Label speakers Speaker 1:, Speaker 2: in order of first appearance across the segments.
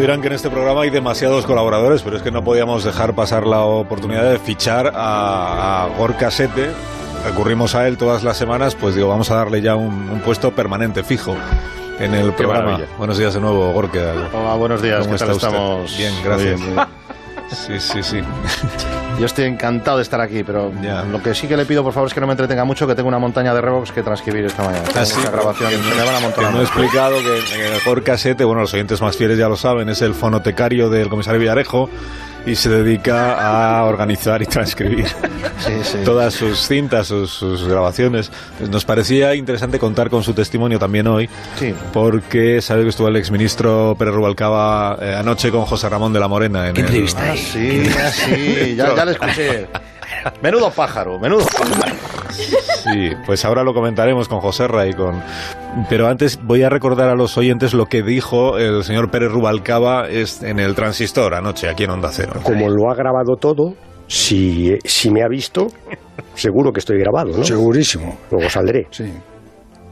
Speaker 1: dirán que en este programa hay demasiados colaboradores, pero es que no podíamos dejar pasar la oportunidad de fichar a, a Gorka Sete. Recurrimos a él todas las semanas, pues digo, vamos a darle ya un, un puesto permanente, fijo, en el
Speaker 2: Qué
Speaker 1: programa.
Speaker 2: maravilla.
Speaker 1: Buenos días de nuevo, Gorka.
Speaker 2: Hola, buenos días,
Speaker 1: ¿Cómo
Speaker 2: ¿qué tal
Speaker 1: está usted?
Speaker 2: estamos?
Speaker 1: Bien, gracias.
Speaker 2: Muy bien.
Speaker 1: Sí, sí, sí.
Speaker 2: Yo estoy encantado de estar aquí, pero
Speaker 1: Ya.
Speaker 2: lo que sí que le pido, por favor, es que no me entretenga mucho, que tengo una montaña de rebox que transcribir esta mañana. Tengo
Speaker 1: Así
Speaker 2: mucha grabación, se me van a
Speaker 1: que
Speaker 2: montar.
Speaker 1: no he explicado que eh, Gorka Casete, bueno, los oyentes más fieles ya lo saben, es el fonotecario del comisario Villarejo y se dedica a organizar y transcribir
Speaker 2: Sí, sí.
Speaker 1: todas sus cintas, sus, sus grabaciones. Nos parecía interesante contar con su testimonio también hoy,
Speaker 2: Sí.
Speaker 1: porque sabe que estuvo el exministro Pérez Rubalcaba eh, anoche con José Ramón de la Morena. En
Speaker 3: ¿Qué
Speaker 1: el-
Speaker 3: entrevista?
Speaker 2: Ah, sí, ah, sí, ya, ya le escuché. Menudo pájaro, menudo pájaro.
Speaker 1: Sí, pues ahora lo comentaremos con José Ray. Con... Pero antes voy a recordar a los oyentes lo que dijo el señor Pérez Rubalcaba es- en el transistor anoche, aquí en Onda Cero.
Speaker 4: como lo ha grabado todo, si, si me ha visto, seguro que estoy grabado, ¿no?
Speaker 5: Segurísimo,
Speaker 4: Luego saldré.
Speaker 5: sí.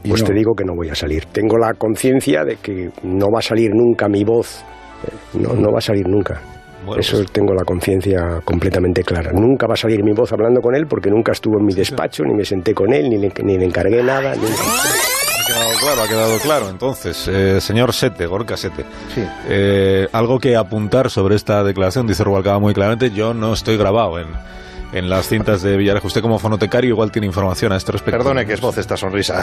Speaker 5: Y
Speaker 4: Pues
Speaker 5: no.
Speaker 4: te digo que no voy a salir. Tengo la conciencia de que no va a salir nunca mi voz. Eh, No, no va a salir nunca.
Speaker 1: Bueno,
Speaker 4: Eso
Speaker 1: pues-
Speaker 4: tengo la conciencia completamente clara. Nunca va a salir mi voz hablando con él porque nunca estuvo en mi despacho, ni me senté con él, ni le, ni le encargué nada. ni-
Speaker 1: pues, Ha quedado claro, ha quedado claro. Entonces, eh, señor Sete, Gorka Sete,
Speaker 2: Sí.
Speaker 1: eh, algo que apuntar sobre esta declaración, dice Rubalcaba muy claramente, yo no estoy grabado en, en las cintas de Villarejo. Usted como fonotecario igual tiene información a este respecto.
Speaker 2: Perdone que es voz esta sonrisa.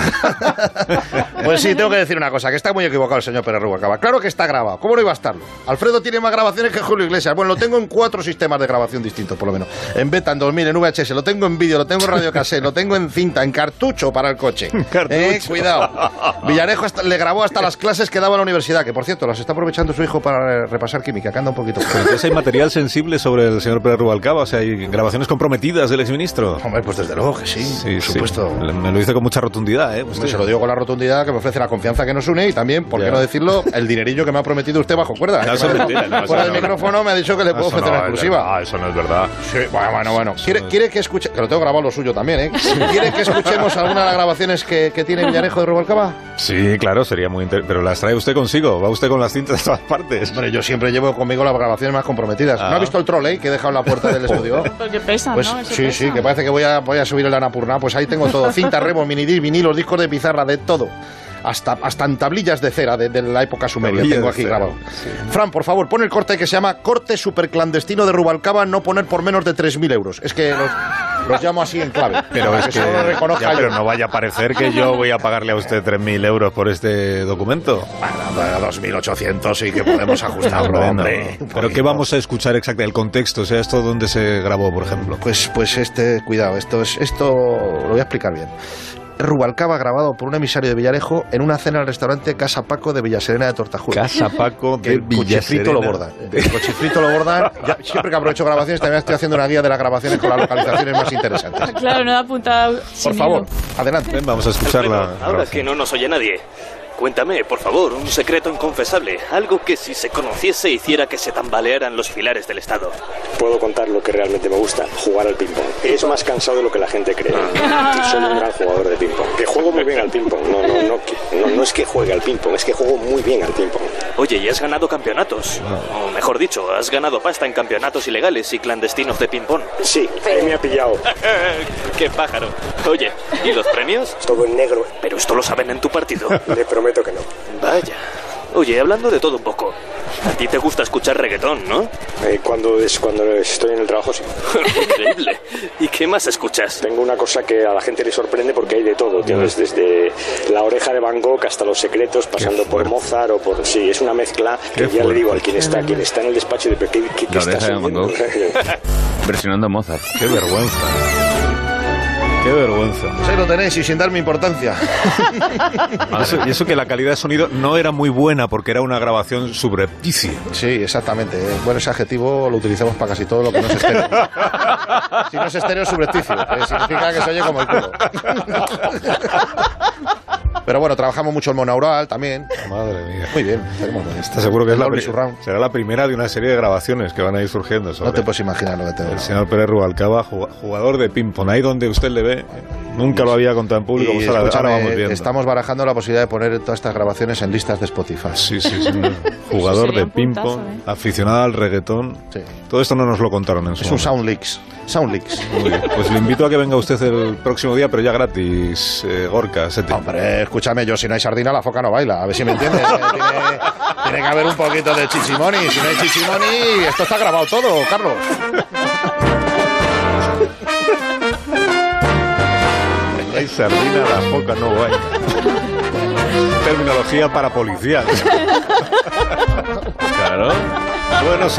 Speaker 2: pues sí, tengo que decir una cosa, que está muy equivocado el señor Pérez Rubalcaba. Claro que está grabado, ¿cómo no iba a estarlo? Alfredo tiene más grabaciones que Julio Iglesias. Bueno, lo tengo en cuatro sistemas de grabación distintos, por lo menos. En beta, en 2000, en VHS, lo tengo en vídeo, lo tengo en radiocassette, lo tengo en cinta, en cartucho para el coche.
Speaker 1: cartucho.
Speaker 2: Eh, cuidado. Villarejo hasta- le grabó hasta las clases que daba en la universidad, que por cierto, las está aprovechando su hijo para eh, repasar química, que anda un poquito...
Speaker 1: Pero entonces hay material sensible sobre el señor Pérez Rubalcaba, o sea, hay grabaciones comprometidas del exministro.
Speaker 2: Hombre, pues desde luego que sí,
Speaker 1: Sí,
Speaker 2: por
Speaker 1: sí.
Speaker 2: supuesto.
Speaker 1: Me lo dice con mucha rotundidad, ¿eh? Usted.
Speaker 2: Hombre, se lo digo con la rotundidad que me ofrece la confianza que nos une y también, por qué
Speaker 1: Ya.
Speaker 2: no decirlo, el dinerillo que me ha prometido usted bajo cuerda.
Speaker 1: No,
Speaker 2: ¿eh?
Speaker 1: eso es mentira, no, eso
Speaker 2: Fuera del
Speaker 1: no.
Speaker 2: micrófono me ha dicho que le
Speaker 1: Ah,
Speaker 2: puedo ofrecer la exclusiva.
Speaker 1: eso no es verdad.
Speaker 2: Sí, bueno, bueno, bueno. ¿Quiere, quiere que escuche... Que lo tengo grabado lo suyo también, ¿eh? ¿Quiere que escuchemos alguna de las grabaciones que, que tiene Villarejo de Rubalcaba?
Speaker 1: Sí, claro, sería muy interesante. Pero las trae usted consigo, va usted con las cintas de todas partes.
Speaker 2: Hombre, yo siempre llevo conmigo las grabaciones más comprometidas.
Speaker 1: Ah.
Speaker 2: ¿No ha visto el troll, eh, que he dejado en la puerta del estudio?
Speaker 6: Porque pesa,
Speaker 2: Pues
Speaker 6: ¿no? Eso
Speaker 2: sí,
Speaker 6: pesa.
Speaker 2: sí, que parece que voy a, voy a subir el Anapurna. Pues ahí tengo todo: cinta, remo, minidisc, vinilos, discos de pizarra, de todo. Hasta, hasta en tablillas de cera de, de la época sumeria
Speaker 1: Tablillas
Speaker 2: tengo
Speaker 1: de
Speaker 2: aquí
Speaker 1: cera,
Speaker 2: grabado. Fran, por favor, pon el corte que se llama Corte Superclandestino de Rubalcaba, no poner por menos de 3.000 euros. Es que los, los llamo así en clave.
Speaker 1: Pero
Speaker 2: para
Speaker 1: es que.
Speaker 2: solo lo reconozca
Speaker 1: ya,
Speaker 2: yo.
Speaker 1: pero no vaya a parecer que yo voy a pagarle a usted 3.000 euros por este documento.
Speaker 2: Bueno, 2.800 y que podemos
Speaker 1: Hombre,
Speaker 2: ajustarlo,
Speaker 1: no.
Speaker 2: hombre. Un
Speaker 1: Pero ¿qué
Speaker 2: poquito.
Speaker 1: vamos a escuchar exactamente? El contexto, o sea, esto donde se grabó, por ejemplo.
Speaker 2: Pues, pues este, cuidado, esto es, esto lo voy a explicar bien. Rubalcaba grabado por un emisario de Villarejo en una cena en el restaurante Casa Paco de Villaserena de Tortajura.
Speaker 1: Casa Paco
Speaker 2: Pues, que el cochifrito lo borda. El cochifrito lo borda. Ya, siempre que aprovecho grabaciones también estoy haciendo una guía de las grabaciones con las localizaciones más interesantes.
Speaker 6: Claro, no da puntada.
Speaker 2: Por
Speaker 6: sin
Speaker 2: favor,
Speaker 6: hilo.
Speaker 2: adelante.
Speaker 1: Ven, vamos a escuchar
Speaker 7: Alfredo,
Speaker 1: la
Speaker 7: ahora
Speaker 1: grabación.
Speaker 7: que no nos oye nadie, cuéntame, por favor, un secreto inconfesable, algo que si se conociese hiciera que se tambalearan los pilares del Estado.
Speaker 8: Puedo contar lo que realmente me gusta, jugar al ping-pong. Es más cansado de lo que la gente cree. Soy un gran jugador de ping-pong. Que juego muy bien al ping-pong. No, no, no, que- no, no es que juegue al ping-pong, es que juego muy bien al ping-pong.
Speaker 7: Oye, y has ganado campeonatos. O mejor dicho, has ganado pasta en campeonatos ilegales y clandestinos de ping-pong.
Speaker 8: Sí, ahí me ha pillado.
Speaker 7: ¡Qué pájaro! Oye, ¿y los premios?
Speaker 8: Todo en negro.
Speaker 7: Pero esto lo saben en tu partido.
Speaker 8: Le prometo que no.
Speaker 7: Vaya. Oye, hablando de todo un poco, a ti te gusta escuchar reggaetón, ¿no?
Speaker 8: Eh, cuando, es, cuando estoy en el trabajo, sí.
Speaker 7: Increíble. ¿Y qué más escuchas?
Speaker 8: Tengo una cosa que a la gente le sorprende porque hay de todo. Tienes desde la oreja de Van Gogh hasta los secretos, pasando por
Speaker 1: fuerte.
Speaker 8: Mozart o por. Sí, es una mezcla
Speaker 1: Qué
Speaker 8: que ya le digo
Speaker 1: fuerte.
Speaker 8: al quien está, quien está en el despacho de Pequeño. ¿Qué, qué
Speaker 9: La oreja
Speaker 8: estás
Speaker 9: de Van
Speaker 8: oyendo?
Speaker 9: Versionando a Mozart.
Speaker 1: Qué vergüenza. Qué vergüenza.
Speaker 2: Se lo tenéis y sin darme importancia. Ah,
Speaker 1: Eso- y eso que la calidad de sonido no era muy buena porque era una grabación subrepticia.
Speaker 2: Sí, exactamente. eh. Bueno, ese adjetivo lo utilizamos para casi todo lo que no es estéreo. si no es estéreo, es subrepticio. que significa que se oye como el culo. Pero bueno, trabajamos mucho el monaural también.
Speaker 1: Madre mía.
Speaker 2: Muy bien, tenemos muy bien.
Speaker 1: Está seguro que es la,
Speaker 2: Lovely
Speaker 1: pri-
Speaker 2: Surround.
Speaker 1: será la primera de una serie de grabaciones que van a ir surgiendo. Sobre
Speaker 2: No te puedes imaginar lo que tengo.
Speaker 1: El señor Pérez Rubalcaba, ju- jugador de ping-pong. Ahí donde usted le ve, Nunca lo había contado en público,
Speaker 2: Y
Speaker 1: pues ahora, ahora
Speaker 2: escúchame,
Speaker 1: vamos viendo.
Speaker 2: estamos barajando la posibilidad de poner todas estas grabaciones en listas de Spotify.
Speaker 1: Sí, sí, sí. Jugador
Speaker 3: sería
Speaker 1: de
Speaker 3: un puntazo,
Speaker 1: ping-pong,
Speaker 3: ¿eh?
Speaker 1: aficionado al reggaetón.
Speaker 2: Sí.
Speaker 1: Todo esto no nos lo contaron en su
Speaker 2: Es un
Speaker 1: momento.
Speaker 2: Soundleaks. Soundleaks.
Speaker 1: Muy bien. Pues le invito a que venga usted el próximo día, pero ya gratis, eh, Gorka. Sete.
Speaker 2: Hombre, escúchame, yo si no hay sardina la foca no baila, a ver si me entiendes. Eh, tiene, tiene que haber un poquito de chichimoni, si no hay chichimoni, esto está grabado todo, Carlos.
Speaker 1: Hay sardina, la foca no vaya. Terminología para policías.
Speaker 9: Claro.
Speaker 1: Bueno,